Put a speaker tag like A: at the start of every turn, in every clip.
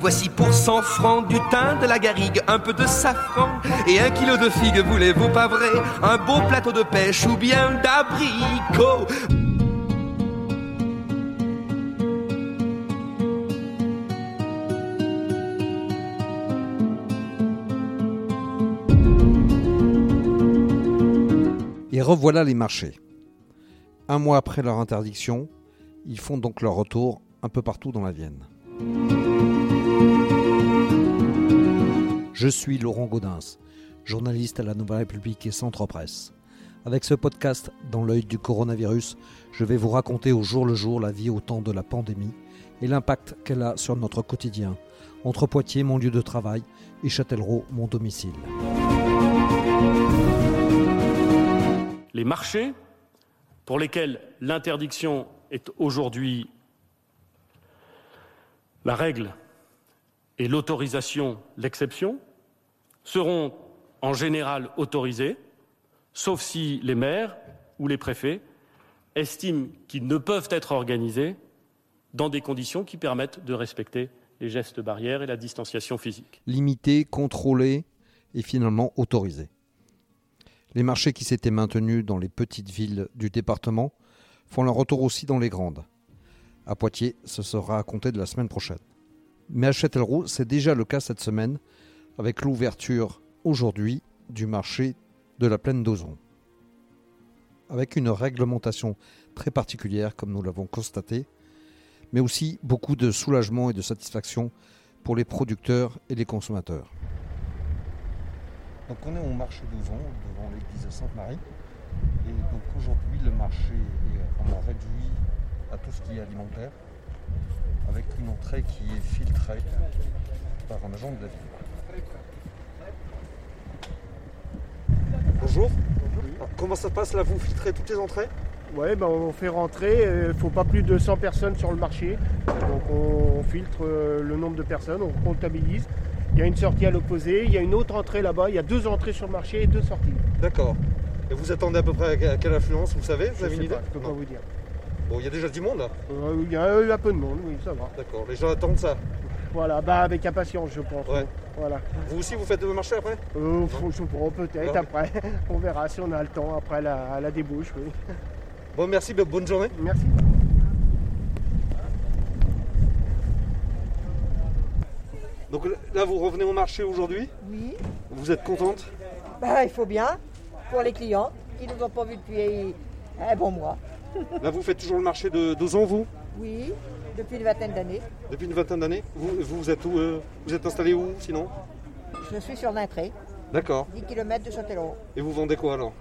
A: Voici pour 100 francs du thym, de la garrigue, un peu de safran et un kilo de figues, voulez-vous pas vrai Un beau plateau de pêche ou bien d'abricots
B: Et revoilà les marchés. Un mois après leur interdiction, ils font donc leur retour un peu partout dans la Vienne. Je suis Laurent Gaudens, journaliste à la Nouvelle République et Centre Presse. Avec ce podcast dans l'œil du coronavirus, je vais vous raconter au jour le jour la vie au temps de la pandémie et l'impact qu'elle a sur notre quotidien, entre Poitiers, mon lieu de travail, et Châtellerault, mon domicile.
C: les marchés pour lesquels l'interdiction est aujourd'hui la règle et l'autorisation l'exception, seront en général autorisés, sauf si les maires ou les préfets estiment qu'ils ne peuvent être organisés dans des conditions qui permettent de respecter les gestes barrières et la distanciation physique.
B: Limité, contrôlé et finalement autorisé. Les marchés qui s'étaient maintenus dans les petites villes du département font leur retour aussi dans les grandes. À Poitiers, ce sera à compter de la semaine prochaine. Mais à Châtellerault, c'est déjà le cas cette semaine avec l'ouverture aujourd'hui du marché de la plaine d'Ozon. Avec une réglementation très particulière comme nous l'avons constaté, mais aussi beaucoup de soulagement et de satisfaction pour les producteurs et les consommateurs. Donc on est au marché d'Ouzon, devant l'église de Sainte-Marie. Et donc aujourd'hui le marché est vraiment réduit à tout ce qui est alimentaire, avec une entrée qui est filtrée par un agent de la ville. Bonjour. Alors, Comment ça se passe là Vous filtrez toutes les entrées
D: Ouais, ben on fait rentrer, il faut pas plus de 100 personnes sur le marché. Donc on, on filtre euh, le nombre de personnes, on comptabilise. Il y a une sortie à l'opposé, il y a une autre entrée là-bas, il y a deux entrées sur le marché et deux sorties.
B: D'accord. Et vous attendez à peu près à quelle affluence Vous savez Vous
D: Je
B: avez une
D: sais
B: idée
D: pas, je peux pas
B: Non.
D: vous dire.
B: Bon, il y a déjà du monde. hein.
D: Euh, Il y a eu un peu de monde, oui, ça va.
B: D'accord. Les gens attendent ça.
D: Voilà, bah avec impatience, je pense.
B: Ouais.
D: Voilà.
B: Vous aussi, vous faites le marché après
D: Euh, faut- je pourrais peut-être
B: Ouais.
D: après. On verra si on a le temps après la, la débouche, oui.
B: Bon, merci. ben, Bonne journée.
D: Merci.
B: Donc là, vous revenez au marché aujourd'hui.
E: Oui,
B: Vous êtes contente
E: ben, il faut bien pour les clients qui ne nous ont pas vus depuis un bon mois.
B: Là, vous faites toujours le marché de Dozon, vous
E: Oui, depuis une vingtaine d'années.
B: Depuis une vingtaine d'années vous, vous êtes où euh, Vous êtes installé où, sinon
E: Je suis sur l'entrée,
B: D'accord.
E: 10 km de Châtellerault.
B: Et vous vendez quoi, alors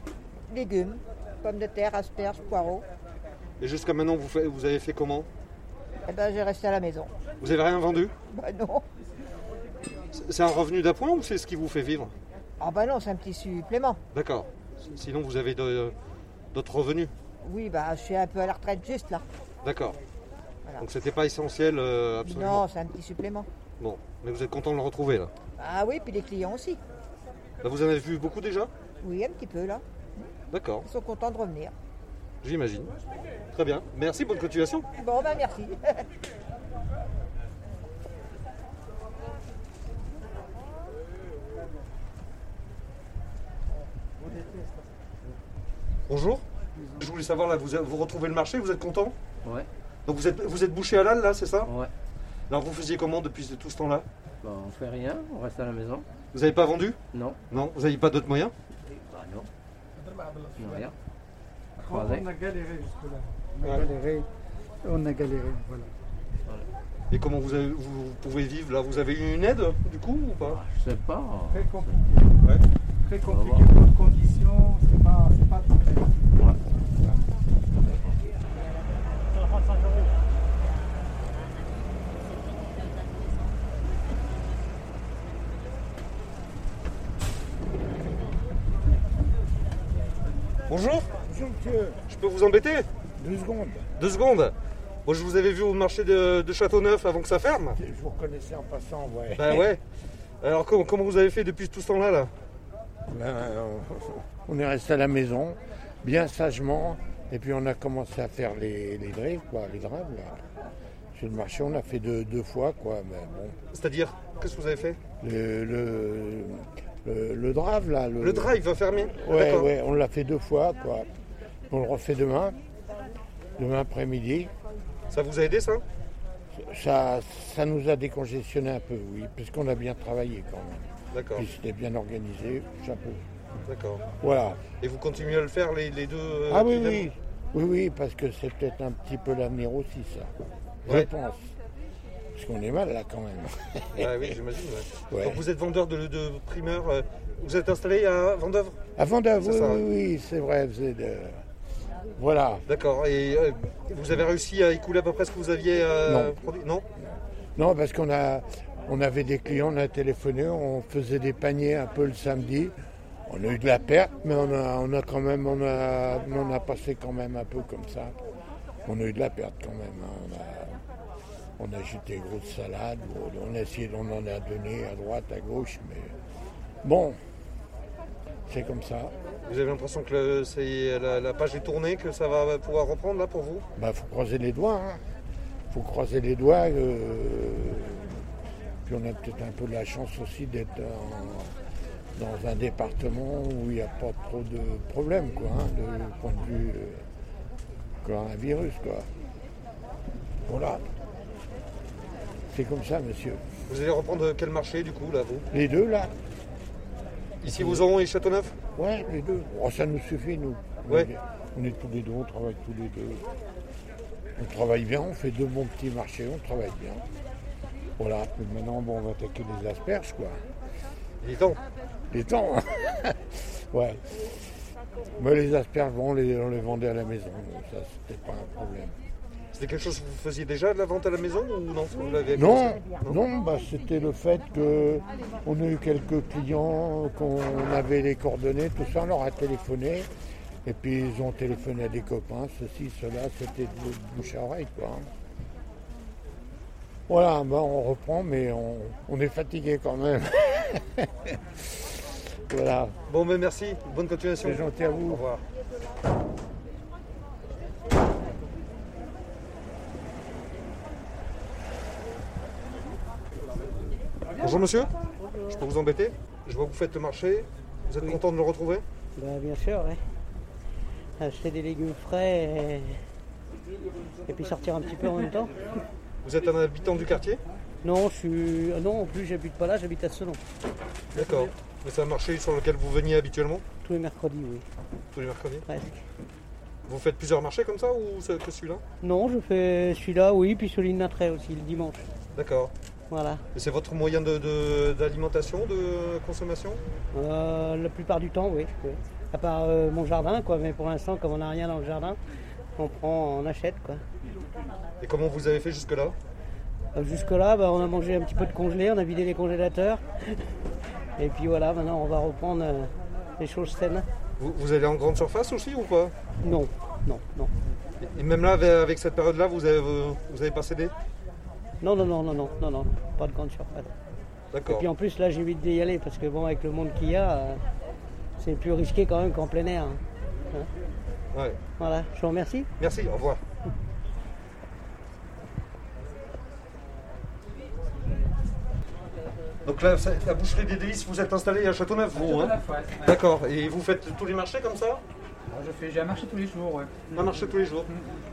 E: Légumes, pommes de terre, asperges, poireaux.
B: Et jusqu'à maintenant, vous, fait- vous avez fait comment
E: Eh ben, j'ai resté à la maison.
B: Vous avez rien vendu
E: Ben non.
B: C'est c'est un revenu d'appoint ou c'est ce qui vous fait vivre
E: Ah ben non, c'est un petit supplément.
B: D'accord. Sinon, vous avez de- euh, d'autres revenus
E: Oui, ben, je suis un peu à la retraite juste là.
B: D'accord.
E: Voilà.
B: Donc, c'était pas essentiel, euh, absolument.
E: Non, c'est un petit supplément.
B: Bon. Mais vous êtes content de le retrouver, là.
E: Ah oui, puis les clients aussi.
B: Là, vous en avez vu beaucoup déjà
E: Oui, un petit peu là.
B: D'accord.
E: Ils sont contents de revenir.
B: J'imagine. Très bien. Merci, bonne continuation.
E: Bon, ben merci.
B: Bonjour. Je voulais savoir, là, vous, vous retrouvez le marché, vous êtes content
F: Ouais,
B: Donc vous êtes, vous êtes bouché à l'âle là, c'est ça
F: ouais.
B: Alors vous faisiez comment depuis tout ce temps-là
F: Bah, on fait rien, on reste à la maison.
B: Vous n'avez pas vendu
F: Non,
B: Non Vous n'avez pas d'autres moyens
F: bah non. Non, rien. À croiser.
G: galéré jusque-là.
B: On a
G: galéré. On a galéré, voilà.
B: Et comment vous, avez- vous- vous pouvez vivre là Vous avez eu une aide du coup ou pas
F: Ah, Je sais pas.
G: Très compliqué.
B: Ouais.
G: Très
F: compliqué
G: compliqué pour les conditions, c'est pas, pas
H: Bah,
B: Bonjour Je peux vous embêter
G: Deux secondes.
B: Deux secondes Moi je vous avais vu au marché de, de Châteauneuf avant que ça ferme
G: Je vous reconnaissais en passant, ouais.
B: Bah ouais Alors comment, comment vous avez fait depuis tout ce temps-là là
G: Ben, on est resté à la maison, bien sagement, et puis on a commencé à faire les, les drives, quoi, les drives, là. Sur le marché, on a fait deux, deux fois, quoi. Mais bon.
B: C'est-à-dire, qu'est-ce que vous avez fait
G: Le, le, le- le drive, là.
B: Le drive va fermer
G: Ouais,
B: D'accord.
G: ouais, on l'a fait deux fois, quoi. On le refait demain, demain après-midi.
B: Ça vous a aidé, ça
G: Ça, ça nous a décongestionné un peu, oui, puisqu'on a bien travaillé quand même.
B: D'accord,
G: Puis c'était bien organisé, chapeau.
B: d'accord.
G: Voilà.
B: Et vous continuez à le faire, les, les deux euh,
G: Ah oui,
B: qui viennent
G: oui, oui, oui, parce que c'est peut-être un petit peu l'avenir aussi, ça.
B: Ouais.
G: Je pense. Parce qu'on est mal là quand même.
B: Ah oui, j'imagine. ouais.
G: Ouais.
B: Donc vous êtes vendeur de, de primeurs. euh, Vous êtes installé à Vendœuvre
G: Avant d'avouer,
B: C'est ça,
G: oui, oui, c'est vrai, c'est de... Voilà.
B: D'accord. Et euh, vous avez réussi à écouler à peu près ce que vous aviez euh,
G: Non.
B: produit Non
G: Non, parce qu'on a, on avait des clients, on a téléphoné, on faisait des paniers un peu le samedi. On a eu de la perte, mais on a, on a quand même, on a, on en a passé quand même un peu comme ça. On a eu de la perte quand même. hein. On a, on a jeté une grosse salade, on a essayé, on en a donné à droite, à gauche, mais bon, c'est comme ça.
B: Vous avez l'impression que le- c'est- la, la page est tournée, que ça va pouvoir reprendre là pour vous
G: Bah, faut croiser les doigts. hein. Faut croiser les doigts. euh, Puis on a peut-être un peu de la chance aussi d'être en- dans un département où il n'y a pas trop de problèmes, quoi, hein, de point de vue euh, coronavirus, quoi. Voilà. C'est comme ça, monsieur.
B: Vous allez reprendre quel marché du coup là vous
G: Les deux, là
B: Ici vous aurez et Châteauneuf
G: Ouais, les deux. Oh, ça nous suffit, nous. On
B: Ouais.
G: est- On est tous les deux, on travaille tous les deux. On travaille bien, on fait deux bons petits marchés, on travaille bien. Voilà, puis maintenant, bon, on va attaquer les asperges, quoi.
B: Il est temps.
G: Les temps, hein. Ouais. Mais les asperges, bon, on les, on les vendait à la maison, donc ça, c'était pas un problème.
B: C'était quelque chose que vous faisiez déjà de la vente à la maison ou non Vous l'avez
G: Non,
B: commencé
G: non, bah, c'était le fait que on a eu quelques clients, qu'on avait les coordonnées, tout ça, on leur a téléphoné. Et puis ils ont téléphoné à des copains, ceci, cela, c'était de bouche à oreille, quoi. Voilà, bah, on reprend, mais on, on est fatigué quand même. voilà,
B: Bon mais merci, bonne continuation.
G: c'est gentil à
B: Au
G: vous.
B: revoir. Bonjour monsieur, je peux vous embêter Je vois que vous faites le marché. Vous êtes content de le retrouver
H: Bah, bien sûr, ouais. Acheter des légumes frais et... et puis sortir un petit peu en même temps.
B: Vous êtes un habitant du quartier
H: Non, je suis. euh, Non, en plus, j'habite pas là, j'habite à Selon.
B: D'accord. Mais c'est un marché sur lequel vous veniez habituellement,
H: Tous les mercredis, oui,
B: tous les mercredis
H: presque.
B: Vous faites plusieurs marchés comme ça ou c'est que celui-là
H: Non, je fais celui-là, oui, puis celui de Natré aussi, le dimanche.
B: D'accord.
H: Voilà.
B: Et c'est votre moyen de- de- d'alimentation, de, consommation
H: Euh, la plupart du temps, oui. oui. À part euh, mon jardin, quoi, mais pour l'instant, comme on n'a rien dans le jardin, on prend, on achète, quoi.
B: Et comment vous avez fait jusque-là
H: Euh, Jusque-là, bah, on a mangé un petit peu de congelé, on a vidé les congélateurs. Et puis voilà, maintenant on va reprendre euh, les choses saines.
B: vous, vous allez en grande surface aussi ou pas
H: Non, non, non.
B: Et même là, avec- avec cette période-là, vous avez, vous avez pas cédé
H: Non, non, non, non, non, non, non, pas de grande surface. Et
B: D'accord.
H: puis en plus, là, j'évite d'y aller parce que bon, avec le monde qu'il y a, euh, c'est plus risqué quand même qu'en plein air. hein.
B: Ouais.
H: Voilà, je vous remercie.
B: Merci, au revoir. Donc là, c'est la boucherie des délices, vous êtes installé à Châteauneuf, vous hein D'accord. Et vous faites tous les marchés comme ça
I: Je fais, j'ai un marché tous les jours, ouais. Mm.
B: Un marché tous les jours.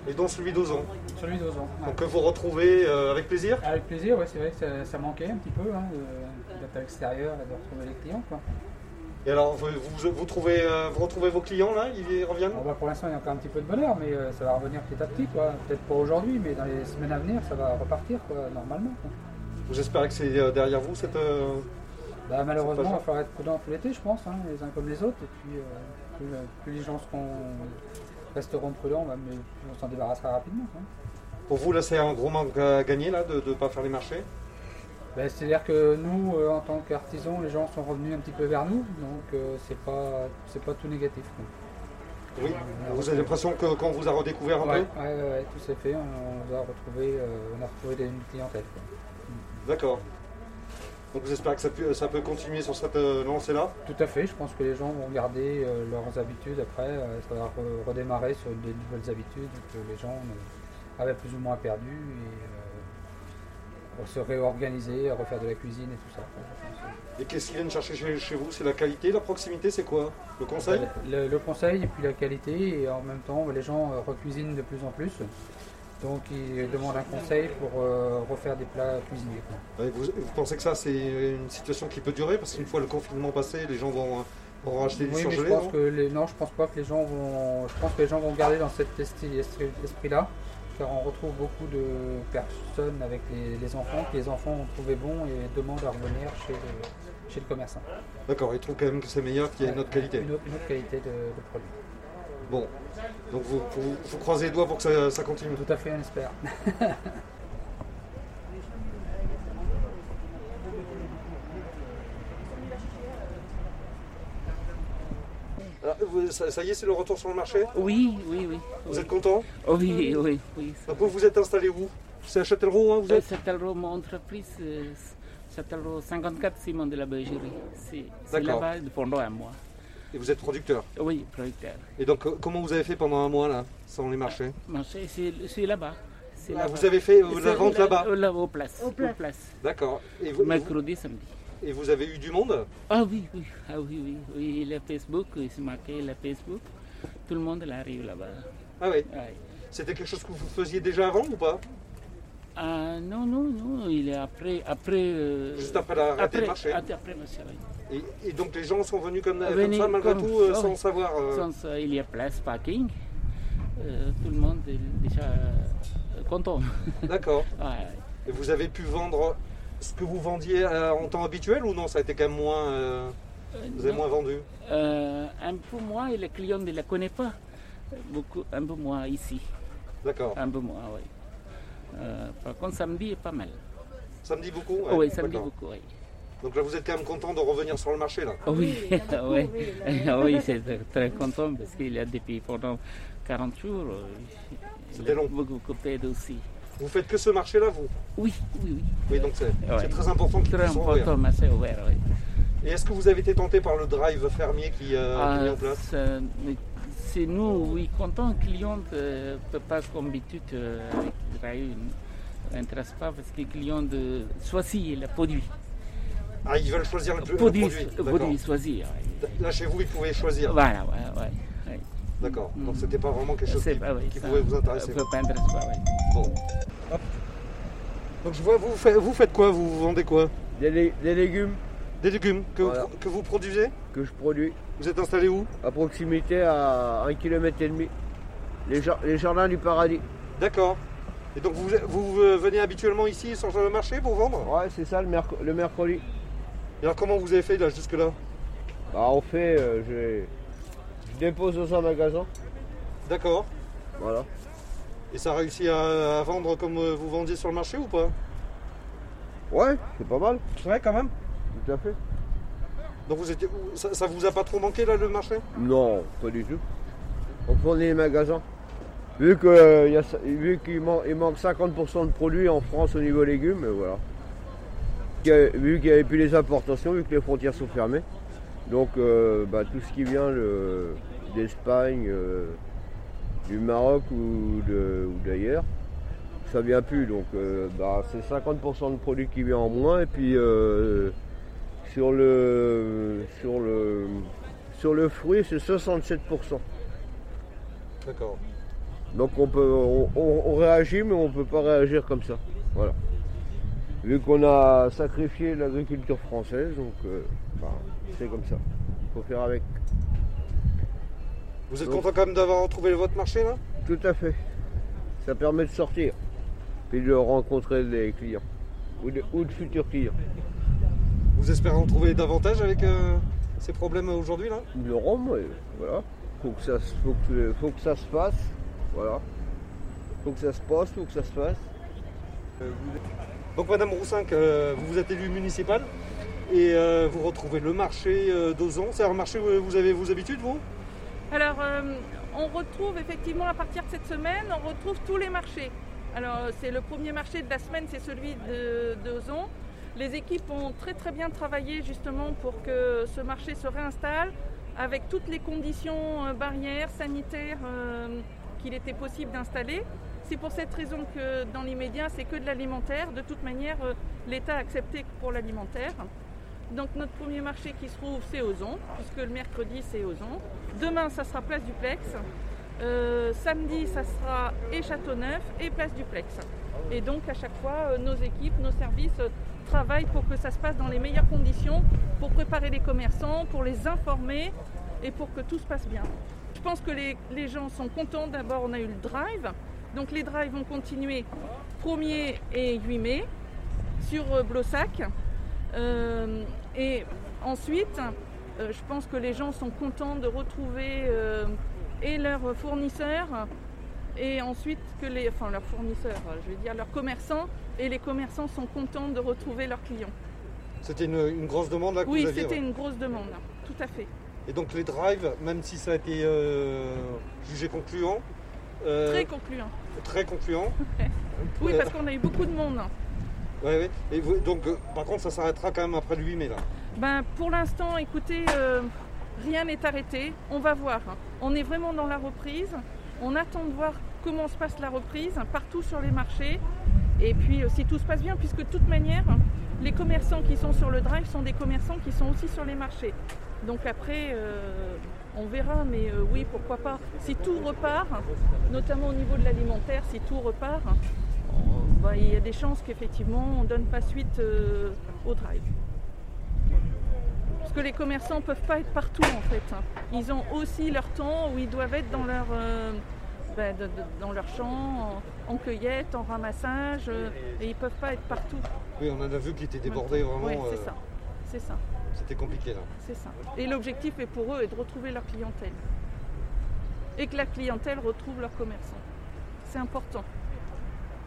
B: Et dont celui d'Ozon.
I: Celui d'Ozon. ouais.
B: Donc que vous retrouvez euh, avec plaisir
I: Avec plaisir, ouais, c'est vrai que ça, ça manquait un petit peu hein, de- d'être à l'extérieur et de retrouver les clients. Quoi.
B: Et alors, vous, vous, vous trouvez, euh, vous retrouvez vos clients là Ils reviennent
I: Bon, bah, pour l'instant, il y a encore un petit peu de bonheur, mais euh, ça va revenir petit à petit. quoi. Peut-être pas aujourd'hui, mais dans les semaines à venir, ça va repartir quoi, normalement. quoi.
B: Vous espérez que c'est euh, derrière vous cette. euh,
I: Bah, malheureusement,
B: C'est
I: il
B: pas
I: va falloir être prudent tout l'été, je pense, hein, les uns comme les autres. Et puis, euh, plus, euh, plus les gens seront, resteront prudents, bah, mais plus on s'en débarrassera rapidement. hein. quoi.
B: Pour vous, là, c'est un gros manque à gagner là, de ne pas faire les marchés
I: Ben, C'est-à-dire que nous, euh, en tant qu'artisans, les gens sont revenus un petit peu vers nous, donc euh, c'est pas c'est pas tout négatif. quoi.
B: Oui. Vous avez l'impression que quand vous a redécouvert un
I: Ouais,
B: peu
I: ouais, ouais, tout s'est fait, on, on a retrouvé, euh, on a retrouvé des- une clientèle. quoi. Mm.
B: D'accord. Donc vous espérez que ça, pu- ça peut continuer sur cette euh, lancée-là
I: Tout à fait, je pense que les gens vont garder euh, leurs habitudes après, euh, ça va re- redémarrer sur des nouvelles habitudes que les gens euh, avaient plus ou moins perdu et euh, pour se réorganiser, refaire de la cuisine et tout ça.
B: Et qu'est-ce qu'ils viennent chercher chez, chez vous C'est la qualité, la proximité, c'est quoi Le conseil
I: le, le conseil et puis la qualité, et en même temps, les gens euh, recuisinent de plus en plus. Donc ils demandent un conseil pour euh, refaire des plats cuisinés. quoi.
B: Ouais, vous, vous pensez que ça, c'est une situation qui peut durer Parce qu'une fois le confinement passé, les gens vont, euh, vont racheter du
I: Oui, mais je
B: surgelé
I: pense
B: non
I: que les, non, je pense pas que les gens vont, je pense que les gens vont garder dans cet esti- estri- esprit-là, car on retrouve beaucoup de personnes avec les, les enfants, que les enfants ont trouvé bon et demandent à revenir chez le, chez le commerçant.
B: D'accord, ils trouvent quand même que c'est meilleur, qu'il y a une autre qualité.
I: Une autre, une autre qualité de, de produit.
B: Bon, donc vous, vous, vous croisez les doigts pour que ça, ça continue.
I: Tout à fait, on espère.
B: Alors, Ah, vous- ça, ça y est, c'est le retour sur le marché
J: Oui, oui, oui. Oh,
B: Vous êtes content
J: Oui, oui, oui.
B: Donc vous, vous êtes installé où C'est à Châtellerault, hein, vous
J: Euh,
B: êtes
J: Châtellerault, mon entreprise, euh, Châtellerault 54 Simon de la Bergerie. C'est c'est
B: D'accord.
J: là-bas pendant un mois.
B: Et vous êtes producteur
J: Oui, producteur.
B: Et donc, euh, comment vous avez fait pendant un mois, là, sans les marchés
J: Marché, c'est c'est là-bas. C'est
B: Ah,
J: là-bas.
B: vous avez fait, euh,
J: C'est
B: la vente
J: là-
B: là-bas
J: là, Au place. Au place.
B: D'accord. Et vous,
J: Mercredi, samedi.
B: Et vous avez eu du monde
J: Ah oui, oui, ah oui, oui, oui, le Facebook, il s'est marqué le Facebook. Tout le monde arrive là-bas.
B: Ah oui
J: Ouais.
B: C'était quelque chose que vous faisiez déjà avant ou pas
J: Ah non, non, non, il est après. après euh,
B: Juste après l'arrêt des
J: après-
B: marchés.
J: Après, après le marché, oui.
B: et, et donc les gens sont venus comme, comme
J: Venez
B: ça malgré
J: comme
B: tout euh,
J: ça,
B: sans
J: oui.
B: savoir. euh,
J: Sans ça, il y a place parking. Euh, tout le monde est déjà euh, content.
B: D'accord.
J: Ouais.
B: Et vous avez pu vendre ce que vous vendiez euh, en temps habituel ou non Ça a été quand même moins. euh, vous avez
J: non.
B: moins vendu
J: Euh, un peu moins, et les clients ne la connaissent pas. Beaucoup, un peu moins ici.
B: D'accord.
J: Un peu moins, oui. Euh, par contre, samedi est pas mal.
B: Samedi beaucoup
J: Ah oui, samedi
B: d'accord.
J: beaucoup, oui.
B: Donc là, vous êtes quand même content de revenir sur le marché là
J: Ah Oui, ah oui, Ah oui c'est très- très content parce qu'il a depuis pendant 40 jours. euh, il
B: C'était
J: a
B: long.
J: Beaucoup, beaucoup d'aide aussi.
B: Vous faites que ce marché là, vous
J: Oui, oui, oui.
B: Oui, donc c'est
J: Ouais.
B: c'est très important qu'il
J: Très
B: puisse rouvrir.
J: important, mais c'est ouvert, oui.
B: Et est-ce que vous avez été tenté par le drive fermier qui, euh,
J: Ah.
B: qui est mis en place
J: ça- mais c'est nous, oui, content, client euh, peut pas comme d'habitude euh, avec Raül, n'intéresse pas parce que client de choisit le produit.
B: Ah, ils veulent choisir le, plus- le
J: Produit,
B: produit.
J: le
B: d'accord.
J: produit choisir.
B: Là, chez vous, ils pouvaient choisir.
J: Voilà, ouais, ouais, ouais.
B: D'accord.
J: Mm.
B: Donc, c'était pas vraiment quelque chose
J: C'est
B: qui,
J: pas, oui,
B: qui
J: ça,
B: pouvait vous intéresser.
J: peut pas intéresser, ouais.
B: Bon. Hop. Donc, je vois, vous, fa- vous faites quoi Vous vous vendez quoi
K: Des, lé- des légumes
B: Des légumes que,
K: Voilà.
B: vous, pro- que vous produisez
K: que je produis
B: Vous êtes installé où
K: à proximité à 1 km et demi. Les, jar- les jardins du paradis.
B: D'accord. Et donc, vous, vous euh, venez habituellement ici sur le marché pour vendre
K: Ouais, c'est ça le, merc- le mercredi.
B: Et alors, comment vous avez fait là jusque-là
K: Bah, on fait, euh, je... je dépose dans un magasin.
B: D'accord.
K: Voilà.
B: Et ça a réussi à, à vendre comme euh, vous vendiez sur le marché ou pas
K: Ouais, c'est pas mal,
B: Ouais, quand même.
K: tout à fait.
B: Donc, vous étiez, ça, ça vous a pas trop manqué là le marché
K: Non, pas du tout. On fournit les magasins. Vu que, euh, y a ça- vu qu'il man- il manque 50% de produits en France au niveau légumes, euh, voilà. Qu'il y a- Vu qu'il n'y avait plus les importations, vu que les frontières sont fermées. Donc euh, bah, tout ce qui vient de- d'Espagne, euh, du Maroc ou de- ou d'ailleurs, ça vient plus. Donc euh, bah, c'est 50% de produits qui vient en moins. Et puis euh, sur le sur le sur le fruit c'est 67%.
B: D'accord.
K: Donc on peut on, on- on réagit mais on ne peut pas réagir comme ça. Voilà. Vu qu'on a sacrifié l'agriculture française, donc euh, bah, c'est comme ça. Faut faire avec.
B: Vous êtes
K: Donc-
B: content quand même d'avoir retrouvé votre marché là
K: Tout à fait. Ça permet de sortir. Puis de rencontrer des clients. Ou de, ou de futurs clients.
B: Vous espérez en trouver davantage avec euh, ces problèmes aujourd'hui là
K: Ils l'auront, mais voilà. Faut que ça se- faut que, faut que ça se fasse. Voilà. Faut que ça se passe, faut que ça se fasse.
B: Euh, vous êtes- Donc Madame Roussin, que vous vous êtes élue municipale et euh, vous retrouvez le marché euh, d'Ozon. C'est un marché où vous avez vos habitudes vous
L: Alors, euh, on retrouve effectivement à partir de cette semaine, on retrouve tous les marchés. Alors, euh, c'est le premier marché de la semaine, c'est celui de, de Ozon. Les équipes ont très très bien travaillé justement pour que ce marché se réinstalle avec toutes les conditions euh, barrières, sanitaires euh, qu'il était possible d'installer. C'est pour cette raison que dans l'immédiat, c'est que de l'alimentaire. De toute manière, euh, l'État a accepté que pour l'alimentaire. Donc notre premier marché qui se trouve, c'est Ozon, puisque le mercredi, c'est Ozon. Demain, ça sera Place Duplex. Euh, samedi, ça sera et Châteauneuf et Place Duplex. Et donc à chaque fois, euh, nos équipes, nos services euh, travaillent pour que ça se passe dans les meilleures conditions, pour préparer les commerçants, pour les informer et pour que tout se passe bien. Je pense que les, les gens sont contents. D'abord, on a eu le drive. Donc les drives vont continuer 1er et 8 mai sur euh, Blossac. Euh, et ensuite, euh, je pense que les gens sont contents de retrouver euh, et leurs fournisseurs et ensuite que les, enfin leurs fournisseurs, euh, je vais dire leurs commerçants et les commerçants sont contents de retrouver leurs clients.
B: C'était une, une grosse demande là que
L: oui,
B: vous aviez.
L: c'était
B: ouais.
L: une grosse demande, hein, tout à fait.
B: Et donc les drives, même si ça a été euh, jugé concluant, euh,
L: Très concluant.
B: très concluant.
L: Oui, parce qu'on a eu beaucoup de monde. hein.
B: Ouais, ouais. Et vous- donc, euh, par contre, ça s'arrêtera quand même après le 8 mai là.
L: Ben, pour l'instant, écoutez, euh, rien n'est arrêté. On va voir. On est vraiment dans la reprise. On attend de voir comment se passe la reprise partout sur les marchés. Et puis, euh, si tout se passe bien, puisque de toute manière, les commerçants qui sont sur le drive sont des commerçants qui sont aussi sur les marchés. Donc après, euh, on verra, mais euh, oui, pourquoi pas. Si tout repart, notamment au niveau de l'alimentaire, si tout repart, on- ben, il y a des chances qu'effectivement, on ne donne pas suite euh, au drive. Parce que les commerçants ne peuvent pas être partout en fait. hein. Ils ont aussi leur temps où ils doivent être dans leur, euh, ben, de- de- dans leur champ, en, en cueillette, en ramassage, euh, et ils ne peuvent pas être partout.
B: Oui, on en a vu qui était débordé vraiment.
L: Oui,
B: euh,
L: c'est ça. C'est ça.
B: C'était compliqué là.
L: C'est ça. Et l'objectif est pour eux est de retrouver leur clientèle. Et que la clientèle retrouve leurs commerçants. C'est important.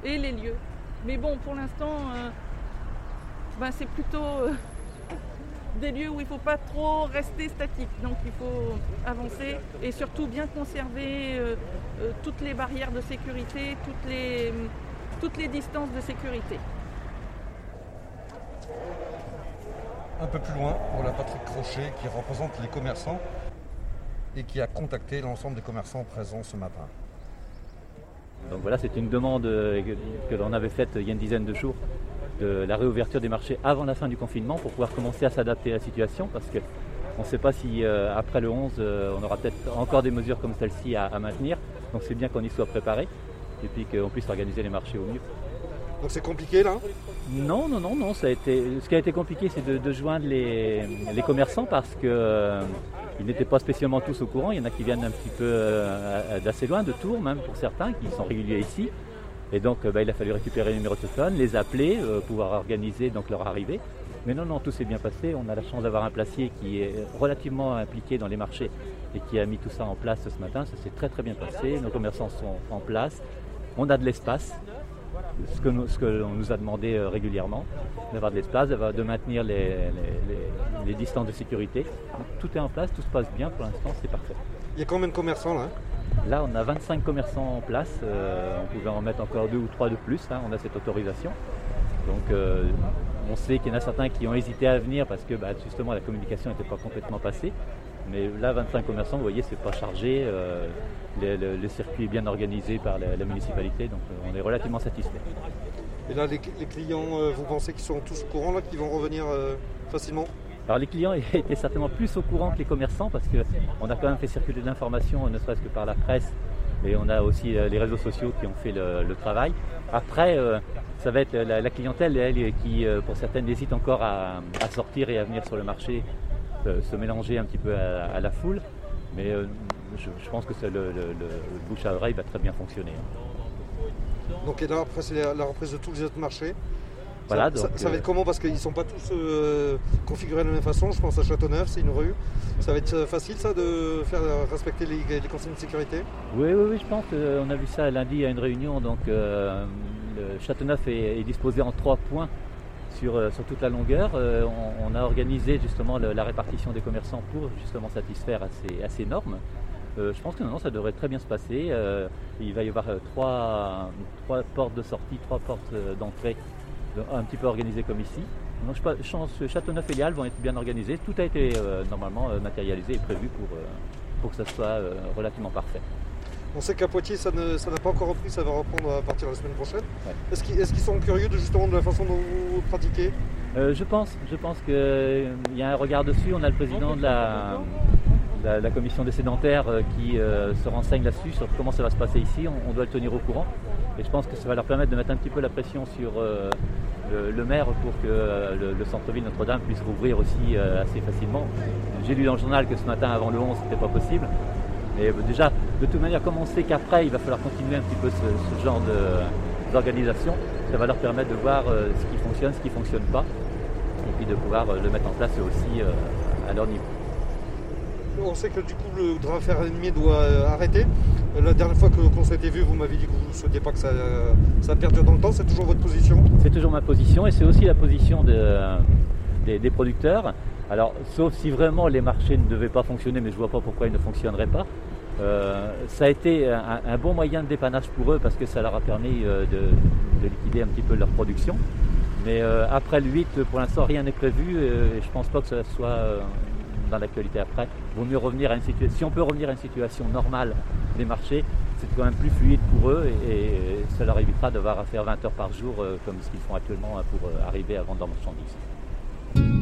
L: Et les lieux. Mais bon, pour l'instant, euh, ben, c'est plutôt euh, des lieux où il ne faut pas trop rester statique. Donc il faut avancer et surtout bien conserver euh, euh, toutes les barrières de sécurité, toutes les, toutes les distances de sécurité.
A: Un peu plus loin, on a Patrick Crochet qui représente les commerçants et qui a contacté l'ensemble des commerçants présents ce matin.
M: Donc voilà, c'était une demande euh, que, que l'on avait faite il y a une dizaine de jours de la réouverture des marchés avant la fin du confinement pour pouvoir commencer à s'adapter à la situation parce que on ne sait pas si euh, après le 11 euh, on aura peut-être encore des mesures comme celle-ci à, à maintenir. Donc c'est bien qu'on y soit préparé et puis qu'on puisse organiser les marchés au mieux.
B: Donc c'est compliqué là
M: Non, non, non, non. Ça a été, ce qui a été compliqué, c'est de, de joindre les, les commerçants parce que euh, ils n'étaient pas spécialement tous au courant. Il y en a qui viennent un petit peu euh, à- d'assez loin, de Tours même pour certains, qui sont réguliers ici. Et donc, euh, bah, il a fallu récupérer les numéros de téléphone, les appeler, euh, pouvoir organiser donc leur arrivée. Mais non, non, tout s'est bien passé. On a la chance d'avoir un placier qui est relativement impliqué dans les marchés et qui a mis tout ça en place ce matin. Ça s'est très très bien passé. Nos commerçants sont en place. On a de l'espace ce que, nous- ce que l'on nous a demandé euh, régulièrement, d'avoir de l'espace, d'avoir- de maintenir les, les- les- les distances de sécurité. Donc, tout est en place, tout se passe bien pour l'instant, c'est parfait.
B: Il y a combien de commerçants là
M: Là, on a 25 commerçants en place, euh, on pouvait en mettre encore deux ou trois de plus, hein, on a cette autorisation. Donc euh, on sait qu'il y en a certains qui ont hésité à venir parce que bah, justement la communication n'était pas complètement passée. Mais là, 25 commerçants, vous voyez, c'est pas chargé. euh, le, le- le circuit est bien organisé par la, la municipalité, donc euh, on est relativement satisfait.
B: Et là, les, les clients, euh, vous pensez qu'ils sont tous au courant là, qu'ils vont revenir euh, facilement
M: Alors les clients étaient certainement plus au courant que les commerçants parce qu'on a quand même fait circuler de l'information, ne serait-ce que par la presse, et on a aussi euh, les réseaux sociaux qui ont fait le, le travail. Après, euh, ça va être la, la clientèle, elle, qui euh, pour certaines hésite encore à, à sortir et à venir sur le marché, euh, se mélanger un petit peu à, à la foule. Mais euh, je, je pense que c'est le, le- le bouche à oreille va très bien fonctionner. hein.
B: Donc et là, après, c'est la, la reprise de tous les autres marchés.
M: Voilà,
B: ça, ça-
M: donc,
B: ça va
M: euh,
B: être comment Parce qu'ils ne sont pas tous euh, configurés de la même façon. Je pense à Châteauneuf, c'est une rue. Ça va être euh, facile ça de faire respecter les, les consignes de sécurité
M: Oui, oui, oui, je pense. euh, on a vu ça lundi à une réunion. Donc, euh, le Châteauneuf est, est disposé en trois points sur, euh, sur toute la longueur. Euh, on, on a organisé justement le- la répartition des commerçants pour justement satisfaire à ces, à ces normes. Euh, je pense que non, non, ça devrait très bien se passer. Euh, il va y avoir euh, trois, trois portes de sortie, trois portes euh, d'entrée donc, un petit peu organisées comme ici. Donc je pa- je pense que Châteauneuf et Léal vont être bien organisés. Tout a été euh, normalement euh, matérialisé et prévu pour, euh, pour que ça soit euh, relativement parfait.
B: On sait qu'à Poitiers, ça ne- ça n'a pas encore repris, ça va reprendre à partir de la semaine prochaine. Est-ce qu'ils est-ce qu'ils sont curieux de justement de la façon dont vous pratiquez
M: Euh, je pense, je pense qu'il y a un regard dessus. On a le président de la, la- la commission des sédentaires euh, qui euh, se renseigne là-dessus, sur comment ça va se passer ici. On, on doit le tenir au courant. Et je pense que ça va leur permettre de mettre un petit peu la pression sur euh, le, le maire pour que euh, le, le centre-ville Notre-Dame puisse rouvrir aussi euh, assez facilement. J'ai lu dans le journal que ce matin, avant le 11, c'était pas possible. Mais euh, déjà, de toute manière, comme on sait qu'après, il va falloir continuer un petit peu ce, ce genre de- euh, d'organisation, ça va leur permettre de voir euh, ce qui fonctionne, ce qui ne fonctionne pas, et puis de pouvoir euh, le mettre en place eux aussi euh, à leur niveau.
B: On sait que du coup le drap fermier doit euh, arrêter. Euh, La dernière fois que- qu'on s'était vu, vous m'avez dit que vous ne souhaitiez pas que ça, euh, ça perdure dans le temps. C'est toujours votre position
M: C'est toujours ma position et c'est aussi la position de- des, des producteurs. Alors, sauf si vraiment les marchés ne devaient pas fonctionner, mais je ne vois pas pourquoi ils ne fonctionneraient pas. Euh, ça a été un, un bon moyen de dépannage pour eux parce que ça leur a permis euh, de, de liquider un petit peu leur production. Mais euh, après le 8, pour l'instant, rien n'est prévu euh, et je ne pense pas que ça soit euh, dans l'actualité après. Vaut mieux revenir à une situation. Si on peut revenir à une situation normale des marchés, c'est quand même plus fluide pour eux et, et ça leur évitera d'avoir à faire 20 heures par jour euh, comme ce qu'ils font actuellement hein, pour euh, arriver à vendre leurs marchandises.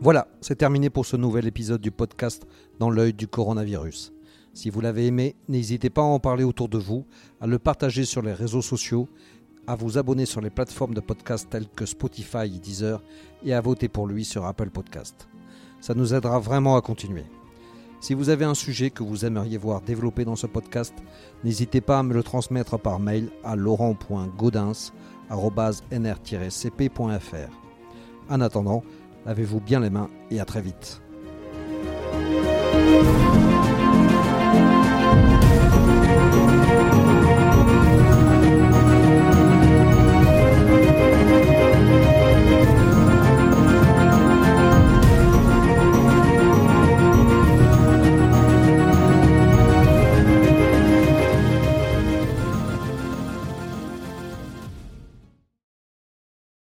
A: Voilà, c'est terminé pour ce nouvel épisode du podcast Dans l'œil du coronavirus. Si vous l'avez aimé, n'hésitez pas à en parler autour de vous, à le partager sur les réseaux sociaux, à vous abonner sur les plateformes de podcast telles que Spotify et Deezer et à voter pour lui sur Apple Podcast. Ça nous aidera vraiment à continuer. Si vous avez un sujet que vous aimeriez voir développé dans ce podcast, n'hésitez pas à me le transmettre par mail à laurent.gaudens.nr-cp.fr. En attendant, lavez-vous bien les mains et à très vite.